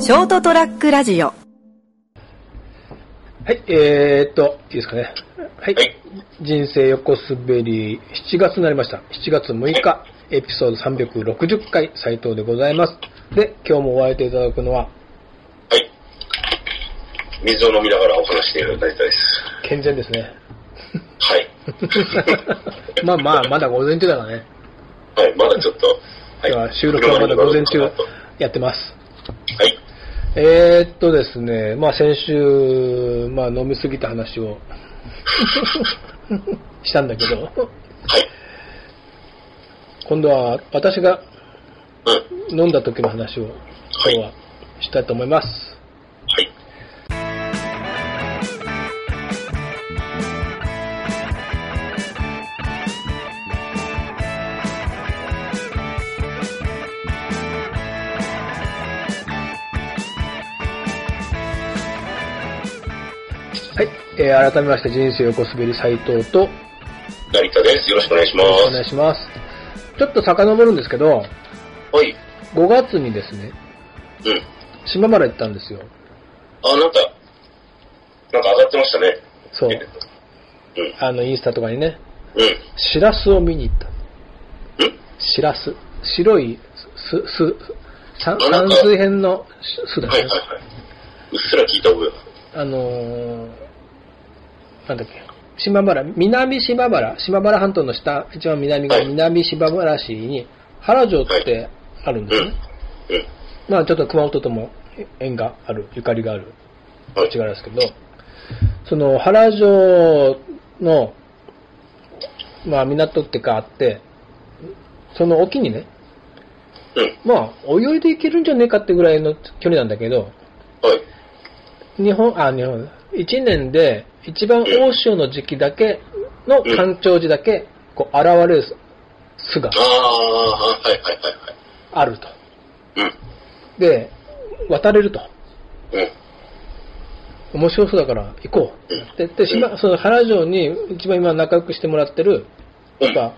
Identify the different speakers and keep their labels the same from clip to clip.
Speaker 1: ショートトラックラジオ
Speaker 2: はい、えー、っと、いいですかね。はい。
Speaker 3: はい
Speaker 2: 人生横滑り、7月になりました。7月6日、エピソード360回、斉藤でございます。で、今日もお会いいただくのは、
Speaker 3: はい。水を飲みながらお話していただきたいです。
Speaker 2: 健全ですね。
Speaker 3: はい。
Speaker 2: まあまあ、まだ午前中だからね。
Speaker 3: はい、まだちょっと。
Speaker 2: 今
Speaker 3: い、
Speaker 2: 日は収録はまだ午前中やってます。
Speaker 3: はい。
Speaker 2: えー、っとですね、まあ先週、まあ飲みすぎた話をしたんだけど、
Speaker 3: はい。
Speaker 2: 今度は私が
Speaker 3: うん。
Speaker 2: 飲んだ時の話を今日はしたいと思います。
Speaker 3: はい。
Speaker 2: はい、えー改めまして人生横滑り斉藤とよ
Speaker 3: 成田です。よろしくお願いしま
Speaker 2: ろしくお願い
Speaker 3: す。
Speaker 2: します。ちょっと遡るんですけど、
Speaker 3: はい。
Speaker 2: 5月にですね、
Speaker 3: うん。
Speaker 2: 島原行ったんですよ。
Speaker 3: あ、なんか、なんか上がってましたね。
Speaker 2: そう。
Speaker 3: うん。
Speaker 2: あの、インスタとかにね、
Speaker 3: うん。
Speaker 2: シラスを見に行った。
Speaker 3: うん
Speaker 2: シラス。白い、す、す、三
Speaker 3: あなん
Speaker 2: 三
Speaker 3: か
Speaker 2: 水辺の巣だ
Speaker 3: はい
Speaker 2: ね
Speaker 3: はい。はい。うっすら聞いた覚えが。
Speaker 2: あのー、なんだっけ。島原、南島原、島原半島の下、一番南が
Speaker 3: はい
Speaker 2: 南島原市に原城ってあるんですね。
Speaker 3: うん。うん。
Speaker 2: まあちょっと熊本とも縁がある、ゆかりがある
Speaker 3: はい。
Speaker 2: 土地柄ですけど、その原城の、まあ港ってかあって、その沖にね、
Speaker 3: うん。
Speaker 2: まあ泳いでいけるんじゃねえかってぐらいの距離なんだけど、
Speaker 3: はい。
Speaker 2: 日本、あ、日本、一年で一番大潮の時期だけの干潮時だけ、こう現れる巣が
Speaker 3: ああ、はいはいはいはい。
Speaker 2: あると。
Speaker 3: うん。
Speaker 2: で、渡れると。
Speaker 3: うん。
Speaker 2: 面白そうだから行こう。で、で島その原城に一番今仲良くしてもらってる、
Speaker 3: う
Speaker 2: やっ
Speaker 3: ん。
Speaker 2: ぱ、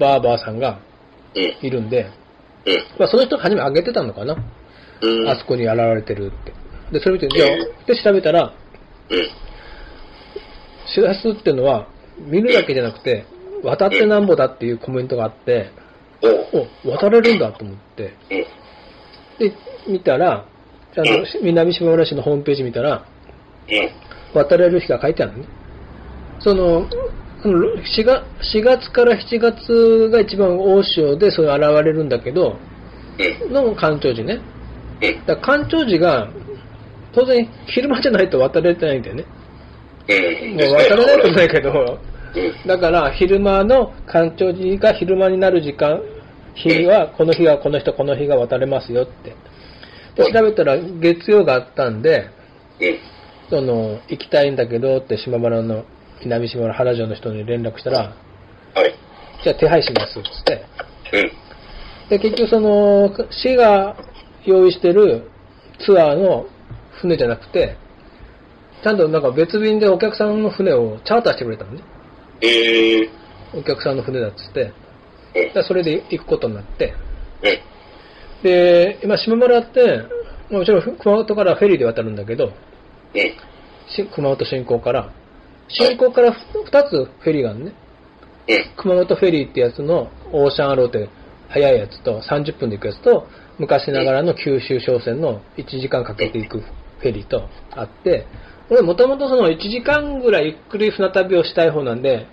Speaker 2: バーバーさんが
Speaker 3: うん。
Speaker 2: いるんで、
Speaker 3: うん。
Speaker 2: まあ、その人が初め上げてたのかな、
Speaker 3: うん。
Speaker 2: あそこに現れてるって。で、それ見て、じゃあ
Speaker 3: え
Speaker 2: で、調べたら、
Speaker 3: うん。
Speaker 2: シラスっていうのは、見るだけじゃなくて、渡ってなんぼだっていうコメントがあって、
Speaker 3: おう。
Speaker 2: お、渡れるんだと思って。
Speaker 3: うん。
Speaker 2: で、見たら、あの、南島村市のホームページ見たら、
Speaker 3: うん。
Speaker 2: 渡れる日が書いてあるのね。その、4月 ,4 月から7月が一番大潮でそれ現れるんだけど、
Speaker 3: うん。
Speaker 2: の干潮時ね。
Speaker 3: うん。
Speaker 2: だから干潮時が、当然昼間じゃないと渡れてないんだよね。
Speaker 3: うん。
Speaker 2: もう渡れないことないけど、
Speaker 3: うん。
Speaker 2: だから昼間の干潮時が昼間になる時間、日は、この日はこの人、この日が渡れますよって。で、調べたら月曜があったんで、
Speaker 3: うん。
Speaker 2: その、行きたいんだけどって島原の、南島原原城の人に連絡したら、
Speaker 3: はい。
Speaker 2: じゃあ手配しますっつって。
Speaker 3: うん。
Speaker 2: で、結局その、市が用意してるツアーの船じゃなくて、ちゃんとなんか別便でお客さんの船をチャーターしてくれたのね。
Speaker 3: えー。
Speaker 2: お客さんの船だっつって。
Speaker 3: うん。
Speaker 2: だからそれで行くことになって。
Speaker 3: うん。
Speaker 2: で、今島村って、まあもちろん熊本からフェリーで渡るんだけど、
Speaker 3: うん。
Speaker 2: し熊本新港から、新港から2つフェリーがあるのね。
Speaker 3: うん。
Speaker 2: 熊本フェリーってやつのオーシャンアローって早いやつと30分で行くやつと昔ながらの九州商船の1時間かけて行くフェリーとあって俺もともとその1時間ぐらいゆっくり船旅をしたい方なんで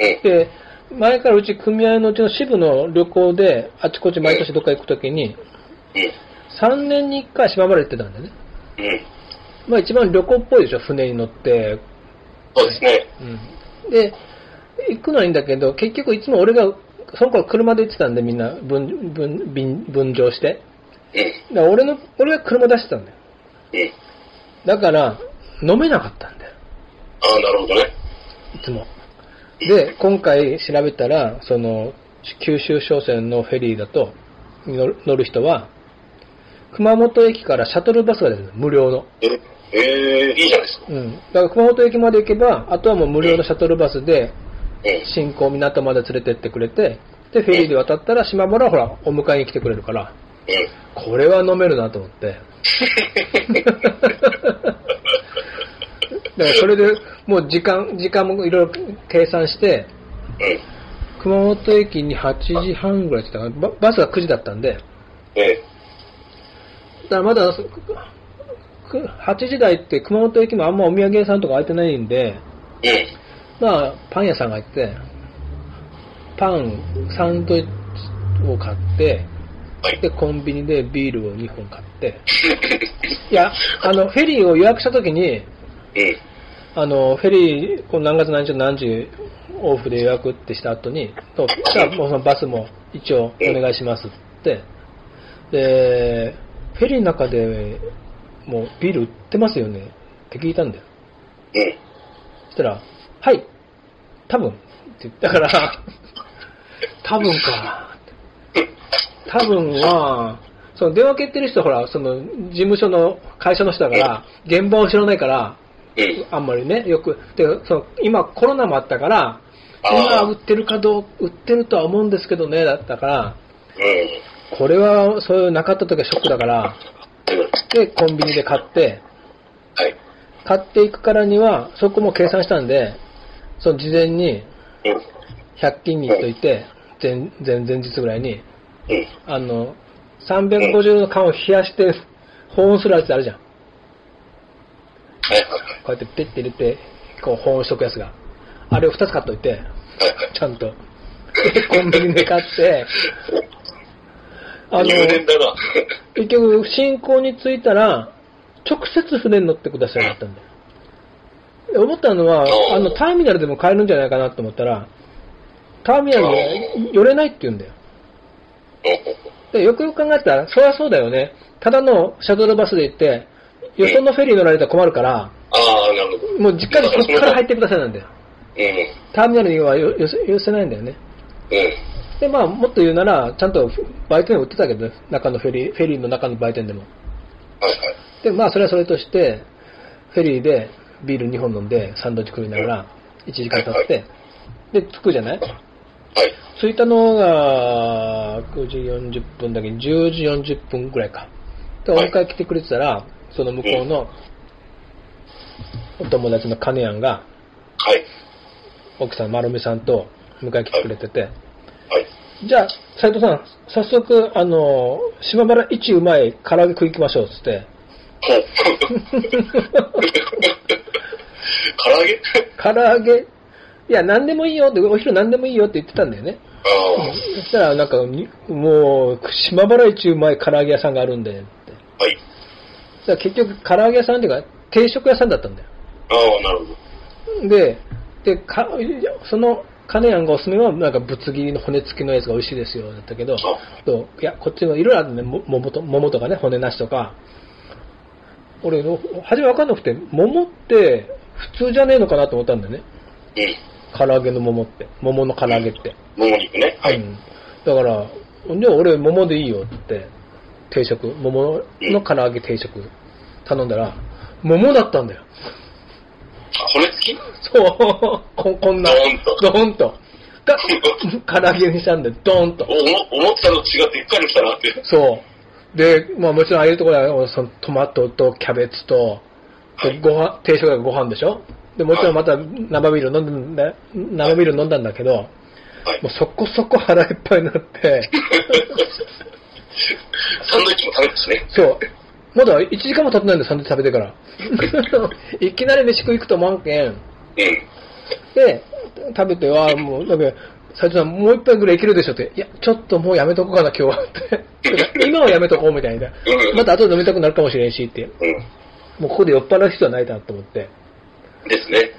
Speaker 3: うん。
Speaker 2: で前からうち組合のうちの支部の旅行であちこち毎年どっか行くときに
Speaker 3: うん。
Speaker 2: 3年に1回島まで行ってたんだよね
Speaker 3: うん。
Speaker 2: まあ一番旅行っぽいでしょ船に乗って
Speaker 3: そうですね。
Speaker 2: うんで、行くのはいいんだけど、結局いつも俺が、その頃車で行ってたんでみんな分、分、分、分乗して。
Speaker 3: う
Speaker 2: だから俺の、俺が車出してたんだよ。
Speaker 3: ん。うん。
Speaker 2: だから、飲めなかったんだよ。
Speaker 3: ああ、なるほどね。
Speaker 2: いつも。で、今回調べたら、その、九州商船のフェリーだと、乗る乗る人は、熊本駅からシャトルバスが出てる無料の。
Speaker 3: え、えー、いいじゃないですか。
Speaker 2: うん。だから熊本駅まで行けば、あとはもう無料のシャトルバスで、
Speaker 3: うん。
Speaker 2: 新港港まで連れてってくれて、で、フェリーで渡ったら島原はほら、お迎えに来てくれるから、
Speaker 3: うん。
Speaker 2: これは飲めるなと思って。だからそれでもう時間、時間もいろいろ計算して、
Speaker 3: うん。
Speaker 2: 熊本駅に8時半ぐらい来たかなババスが9時だったんで、だか
Speaker 3: え
Speaker 2: らまだ、くく8時台って熊本駅もあんまお土産屋さんとか開いてないんで、
Speaker 3: え。うん。
Speaker 2: まあ、パン屋さんが行って、パン、サンドイッチを買って、
Speaker 3: はい。
Speaker 2: で、コンビニでビールを2本買って、いや、あの、フェリーを予約した時に、
Speaker 3: うん。
Speaker 2: あの、フェリー、この何月何日と何時往復で予約ってした後に、とじゃあもうそのバスも一応お願いしますって。で、フェリーの中でもうビール売ってますよねって聞いたんだよ。
Speaker 3: うん。
Speaker 2: そしたら、はい、多分って言ったから、多分か。多分は、その電話切ってる人ほら、その事務所の会社の人だから、現場を知らないから、
Speaker 3: うん。
Speaker 2: あんまりね、よく、でその今、コロナもあったから、今
Speaker 3: あー
Speaker 2: 売ってるかどう、売ってるとは思うんですけどね、だったから、
Speaker 3: うん。
Speaker 2: これはそういうなかった時はショックだから、
Speaker 3: うん。
Speaker 2: で、コンビニで買って、
Speaker 3: はい。
Speaker 2: 買っていくからには、そこも計算したんで、その事前に
Speaker 3: うん。
Speaker 2: 100均に行っといて、前前前日ぐらいに、
Speaker 3: うん。
Speaker 2: あの、350の缶を冷やして、保温するやつあるじゃん。
Speaker 3: はいはい
Speaker 2: こうやってペッて入れて、こう保温しとくやつが。あれを2つ買っといて、
Speaker 3: はい。はいはい。
Speaker 2: ちゃんと。で コンビニで買って、あの、
Speaker 3: 入念だな。
Speaker 2: 結局、新港に着いたら、直接船に乗ってくださいだったんだよ。で思ったのは、あの、ターミナルでも買えるんじゃないかなと思ったら、ターミナルに寄れないって言うんだよ。でよくよく考えたら、そりゃそうだよね。ただのシャトルバスで行って、よそのフェリー乗られたら困るから、
Speaker 3: ああ、なるほど。
Speaker 2: もう実家にそっから入ってくださいなんだよ。
Speaker 3: うん。
Speaker 2: ターミナルにはよ寄せ寄せないんだよね。
Speaker 3: うん。
Speaker 2: で、まあ、もっと言うなら、ちゃんと売店売ってたけど、中のフェリー、フェリーの中の売店でも。
Speaker 3: はいはい。
Speaker 2: で、まあ、それはそれとして、フェリーでビール2本飲んで、サンドイッチ食いながら、1時間経って、で、着くじゃない
Speaker 3: はい。
Speaker 2: 着いたのが、9時40分だけど、10時40分ぐらいか。で、お
Speaker 3: はい
Speaker 2: 迎え来てくれてたら、その向こうの、お友達のカネヤンが、
Speaker 3: はい。
Speaker 2: 奥さん、まろみさんと迎え来てくれてて、
Speaker 3: はい。
Speaker 2: じゃあ、斉藤さん、早速、あの、島原一うまい唐揚げ食い行きましょう、つ って。
Speaker 3: ほう。唐揚げ
Speaker 2: 唐揚げ、いや、何でもいいよって、お昼何でもいいよって言ってたんだよね。
Speaker 3: ああ、
Speaker 2: そしたら、なんかに、もう、島原一うまい唐揚げ屋さんがあるんで、って。
Speaker 3: はい。
Speaker 2: だから結局、唐揚げ屋さんっていうか、定食屋さんだったんだよ。
Speaker 3: ああ、なるほど。
Speaker 2: で、で、かその、金やんがおすすめは、なんか、ぶつ切りの骨付きのやつが美味しいですよ、だったけど、
Speaker 3: あ
Speaker 2: といや、こっちのいろいろあるね、も桃と桃とかね、骨なしとか。俺、初めわかんなくて、桃って普通じゃねえのかなと思ったんだよね。
Speaker 3: うん。
Speaker 2: 唐揚げの桃って。桃の唐揚げって。
Speaker 3: もも肉ね。は
Speaker 2: う
Speaker 3: い。
Speaker 2: んだから、じゃあ俺桃でいいよって、定食、桃の唐揚げ定食頼んだら、桃だったんだよ。
Speaker 3: 骨付き
Speaker 2: そう、ここんな、
Speaker 3: ド
Speaker 2: ドーンと。が、唐揚げにしたんだよ、ドーンと。
Speaker 3: お思思ったのと違って、うっかりしたなって。
Speaker 2: そう。で、まあもちろんああいうところは、そのトマトとキャベツと、
Speaker 3: は
Speaker 2: で
Speaker 3: い
Speaker 2: ご飯、定食がご飯でしょで、もちろんまた生ビール飲んだ、生ビール飲んだんだけど、も。
Speaker 3: はいう
Speaker 2: そこそこ腹いっぱいになって、
Speaker 3: サンドイッチも食べたしね。
Speaker 2: そう。まだ1時間も経ってないんだよ、サンドイッチ食べてから。いきなり飯食い行くと思わんけん。
Speaker 3: うん。
Speaker 2: で、食べては、もう、だけど、斉藤さん、もう一杯ぐらいいけるでしょって。いや、ちょっともうやめとこうかな、今日は。 って。今はやめとこう、みたいな。
Speaker 3: うん
Speaker 2: また後で飲みたくなるかもしれんし、って。
Speaker 3: う
Speaker 2: もうここで酔っ払う必要はないなと思って。
Speaker 3: ん。ですね。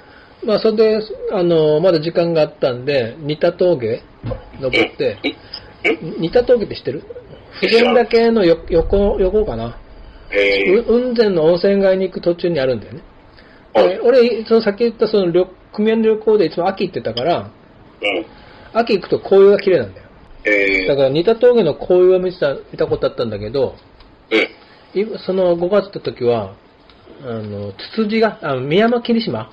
Speaker 2: まあ、それで、あの、まだ時間があったんで、似た峠登って、
Speaker 3: うん。うん。
Speaker 2: 似た峠って知ってる普賢岳のよ横、横かな。
Speaker 3: え
Speaker 2: う
Speaker 3: ー。
Speaker 2: 雲仙の温泉街に行く途中にあるんだよね。
Speaker 3: は
Speaker 2: で
Speaker 3: い。
Speaker 2: 俺、その先言ったその旅組合の旅行でいつも秋行ってたから、
Speaker 3: うん。
Speaker 2: 秋行くと紅葉が綺麗なんだよ。
Speaker 3: え
Speaker 2: だ
Speaker 3: ー。
Speaker 2: から似た峠の紅葉を見てた、見たことあったんだけど、
Speaker 3: うん。
Speaker 2: いその5月の時は、あの、ツツジが、あの、宮山霧島
Speaker 3: ああ、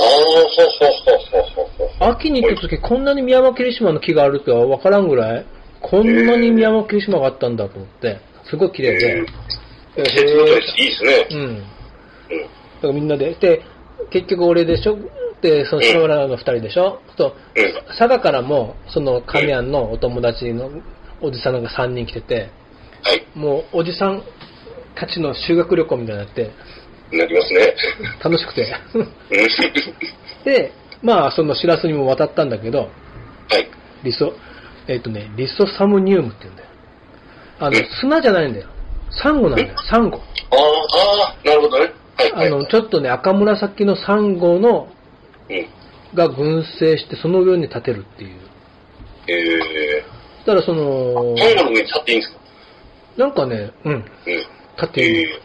Speaker 3: ほほほほほほ。
Speaker 2: 秋に行った時こんなに宮山霧島の木があるとは分からんぐらい、こんなに宮古九島があったんだと思って、すごい綺麗で。え
Speaker 3: 季節ごとにいいですね
Speaker 2: う。ん。だ
Speaker 3: うん。
Speaker 2: からみんなで、で、結局俺でしょで、その島村の二人でしょと、
Speaker 3: うん。
Speaker 2: 佐賀からも、その神谷のお友達のおじさんが3人来てて、
Speaker 3: はい。
Speaker 2: もうおじさんたちの修学旅行みたいになって、
Speaker 3: なりますね。
Speaker 2: 楽しくて。
Speaker 3: うん。
Speaker 2: で、まあ、そのシラスにも渡ったんだけど、
Speaker 3: はい。
Speaker 2: リソ、えっ、とね、リソサムニウムって言うんだよ。あの
Speaker 3: え、
Speaker 2: 砂じゃないんだよ。サンゴなんだよ、サンゴ。
Speaker 3: ああ、ああ、なるほどね。はい。は
Speaker 2: あ
Speaker 3: い。うん。
Speaker 2: の、ちょっとね、赤紫のサンゴの、が群生して、その上に立てるっていう。
Speaker 3: え
Speaker 2: だからそ
Speaker 3: ー、
Speaker 2: の、
Speaker 3: 本語の上に立っていいんですか
Speaker 2: なんかね、うん、
Speaker 3: うん。
Speaker 2: 立って
Speaker 3: え
Speaker 2: る。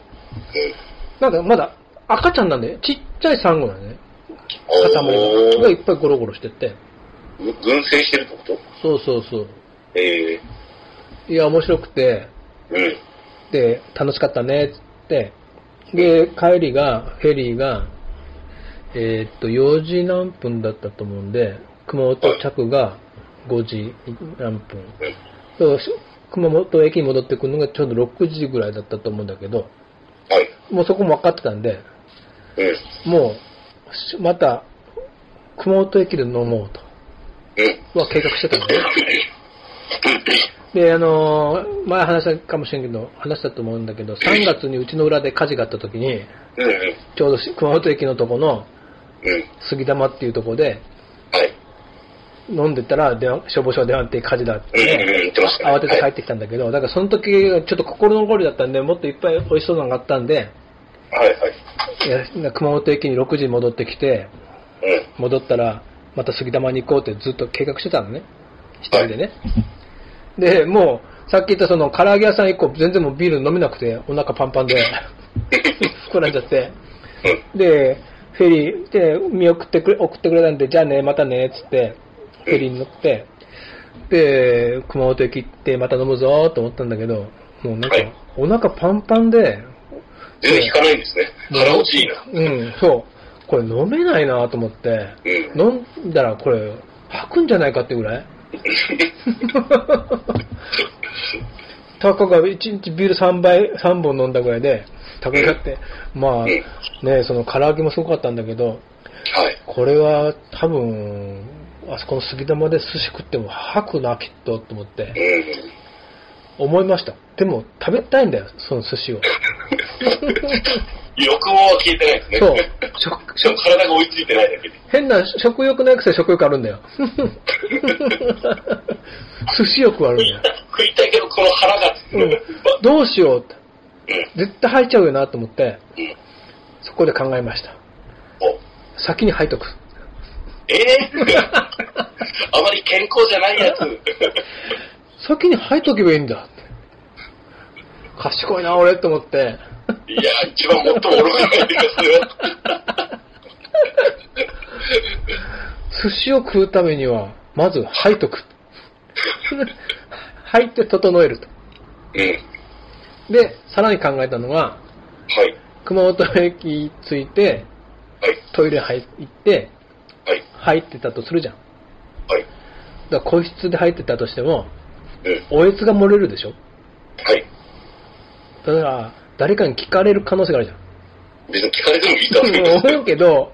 Speaker 2: なんかまだ赤ちゃんなんだよ。ちっちゃいサンゴだね。塊
Speaker 3: ー、お
Speaker 2: がい
Speaker 3: ー
Speaker 2: っぱいゴロゴロしてて。
Speaker 3: ぐ群生してるってこ
Speaker 2: そうそうそう。
Speaker 3: とえ
Speaker 2: いや、面白くて、
Speaker 3: ー、うん。
Speaker 2: で、楽しかったね、つって。で、帰りが、フェリーが、えーっと、4時何分だったと思うんで、熊本着が5時何分。
Speaker 3: うん。
Speaker 2: そうし熊本駅に戻ってくるのがちょうど6時ぐらいだったと思うんだけど、
Speaker 3: はい。
Speaker 2: もうそこも分かってたんで、
Speaker 3: うん。
Speaker 2: もうし、また、熊本駅で飲もうと
Speaker 3: うん。
Speaker 2: は計画してたんだよね。で、あのー前話したかもしれんけど、話したと思うんだけど、3月にうちの裏で火事があった時に、
Speaker 3: うん。うん。
Speaker 2: ちょうどし熊本駅のとこの
Speaker 3: うん。
Speaker 2: 杉玉っていうとこで
Speaker 3: はい。
Speaker 2: 飲んでたら電話、消防署が電話って火事だっ
Speaker 3: うん。うん。
Speaker 2: て、
Speaker 3: 言ってましたね。
Speaker 2: 慌てて帰
Speaker 3: はい
Speaker 2: っ。てきたんだけど、だからその時、ちょっと心残りだったんで、もっといっぱい美味しそうなのがあったんで、
Speaker 3: はい。はい。
Speaker 2: いや熊本駅に6時に戻ってきて、
Speaker 3: うん。
Speaker 2: 戻ったら、また杉玉に行こうってずっと計画してたのね。一人でね。で、もう、さっき言ったその、唐揚げ屋さん一個、全然もうビール飲めなくて、お腹パンパンで、膨らんじゃって。
Speaker 3: うん。
Speaker 2: で、フェリーで見送ってくれ、送ってくれたんで、じゃあね、またね、つって、フェリーに乗って、で、熊本駅行って、また飲むぞ、と思ったんだけど、もうなんか
Speaker 3: はい、
Speaker 2: お腹パンパンで、
Speaker 3: 全然引かないんですね。腹落ちいいな。
Speaker 2: うん、そう。これ飲めないなと思って、
Speaker 3: うん。
Speaker 2: 飲んだらこれ、吐くんじゃないかってぐらいたかが1日ビール3杯、3本飲んだぐらいで、高くなって、まあ、ね、その唐揚げもすごかったんだけど、
Speaker 3: はい。
Speaker 2: これは多分、あそこの杉玉で寿司食っても吐くな、きっと、と思って、
Speaker 3: うん。
Speaker 2: 思いました。でも、食べたいんだよ、その寿司を。
Speaker 3: 欲望は消えてないですね。
Speaker 2: そう。食
Speaker 3: しかも体が追いついてないだけで。
Speaker 2: 変な食欲ないくせに食欲あるんだ よ。寿司欲あるんだよ。
Speaker 3: 食いたいけど、この腹が。う。
Speaker 2: うん
Speaker 3: うん
Speaker 2: ん。どうしようって。
Speaker 3: うん。
Speaker 2: 絶対吐いちゃうよなと思って、
Speaker 3: うん。
Speaker 2: そこで考えました。
Speaker 3: お
Speaker 2: 先に吐いとく。
Speaker 3: ええ あまり健康じゃないやつ。
Speaker 2: 先に吐いとけばいいんだって。賢いな、俺と思って。
Speaker 3: いや、一番最も愚かなやつですよ。
Speaker 2: 寿司を食うためには、まず吐いとく。 吐いて整えると。
Speaker 3: うん。
Speaker 2: で、さらに考えたのが、
Speaker 3: はい。
Speaker 2: 熊本駅着いて、
Speaker 3: はい。
Speaker 2: トイレ入行って、
Speaker 3: はい。
Speaker 2: 入ってたとするじゃん。
Speaker 3: はい。
Speaker 2: だから個室で入ってたとしても、
Speaker 3: うん。
Speaker 2: おえつが漏れるでしょ
Speaker 3: はい。
Speaker 2: だから、誰かに聞かれる可能性があ るじゃん。
Speaker 3: 別に聞かれてもいいと思うんです
Speaker 2: 思うけど、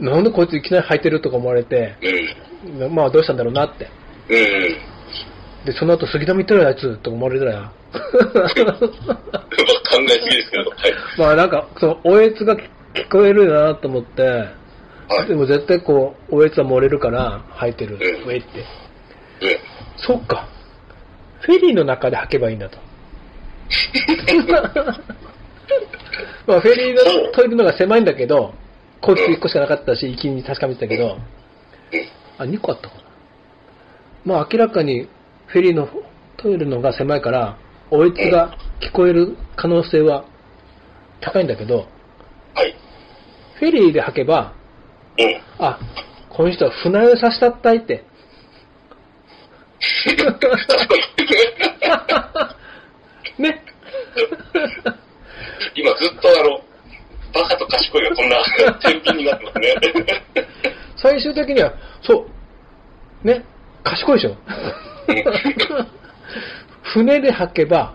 Speaker 3: うん。
Speaker 2: なんでこいついきなり履いてるとか思われて、
Speaker 3: うん。
Speaker 2: まあどうしたんだろうなって。
Speaker 3: うん。
Speaker 2: で、その後杉玉行ってるやつとか思われたら、
Speaker 3: まあ考えすぎですけど。はい。
Speaker 2: まあなんか、その、おえつが聞こえるなと思って、
Speaker 3: はい。
Speaker 2: でも絶対こう、おえつは漏れるから履いてる。
Speaker 3: うん
Speaker 2: ウェイって。
Speaker 3: うん。
Speaker 2: そっか。フェリーの中で履けばいいんだと。まあフェリーのトイレのが狭いんだけど、個室1個しかなかったし、行きに確かめてたけど、あ、2個あったかな。まあ明らかにフェリーのトイレのが狭いから、おえつが聞こえる可能性は高いんだけど、
Speaker 3: はい。
Speaker 2: フェリーで履けば、
Speaker 3: うん。
Speaker 2: あ、この人は船酔いさせたったいって。ね。
Speaker 3: 今ずっとあの、バカと賢い がこんな天秤になってますね。
Speaker 2: 最終的には、そう。ね。賢いでしょ。 船で履けば、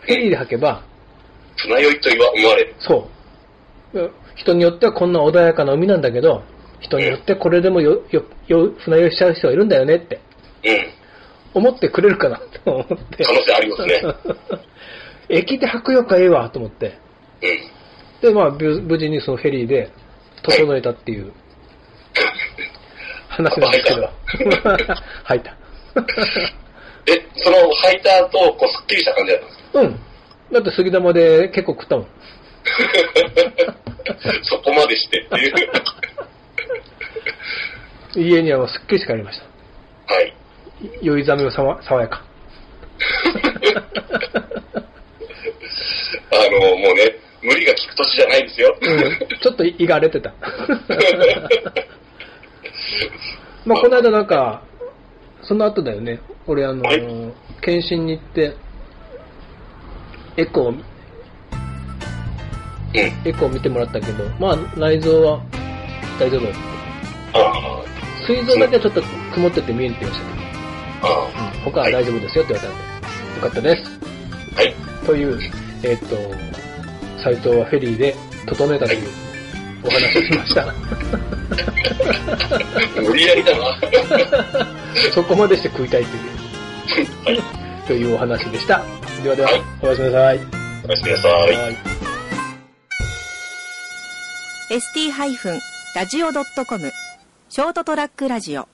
Speaker 2: フェリーで履けば、
Speaker 3: 船酔いと言わ言われる。
Speaker 2: そう。うん人によってはこんな穏やかな海なんだけど、人によってこれでもよよよ船酔いしちゃう人がいるんだよねって
Speaker 3: うん。
Speaker 2: 思ってくれるかなと思って。
Speaker 3: 可能性あります ね
Speaker 2: 駅で履くよかええわと思って。
Speaker 3: うん。
Speaker 2: で、まあ、ぶ無事にそのフェリーで整えたっていう話なんですけ ど。履いた。
Speaker 3: え、その履いた後、こう、すっきりした感じだったんです
Speaker 2: うん。だって杉玉で結構食ったもん。
Speaker 3: か そこまでしてっていう。
Speaker 2: 家にはもうすっきりしかありました。
Speaker 3: はい。
Speaker 2: 酔いざめをさわ爽やか。
Speaker 3: あの、もうね、無理が効く年じゃないですよ。
Speaker 2: うんちょっと胃が荒れてた。 まあ、この間なんか、その後だよね。俺、あの
Speaker 3: はい、
Speaker 2: 検診に行って、エコー、
Speaker 3: うん。
Speaker 2: エコー見てもらったけど、まあ、内臓は大丈夫。
Speaker 3: あ
Speaker 2: 膵臓だけはちょっと曇ってて見えてましたけ
Speaker 3: あ、あ
Speaker 2: ど、うん、他は大丈夫ですよって言われたので、よかったで
Speaker 3: あ、はい。
Speaker 2: す。という、えっ、と、斎藤はフェリーで整えたというお話をしま した。
Speaker 3: 無理やりだな。
Speaker 2: そこまでして食いたいという。
Speaker 3: はい。
Speaker 2: というお話でした。ではでは
Speaker 3: はい、
Speaker 2: おやすみなさい。
Speaker 3: おやすみなさい。
Speaker 2: はい
Speaker 1: ST-radio.com ショートトラックラジオ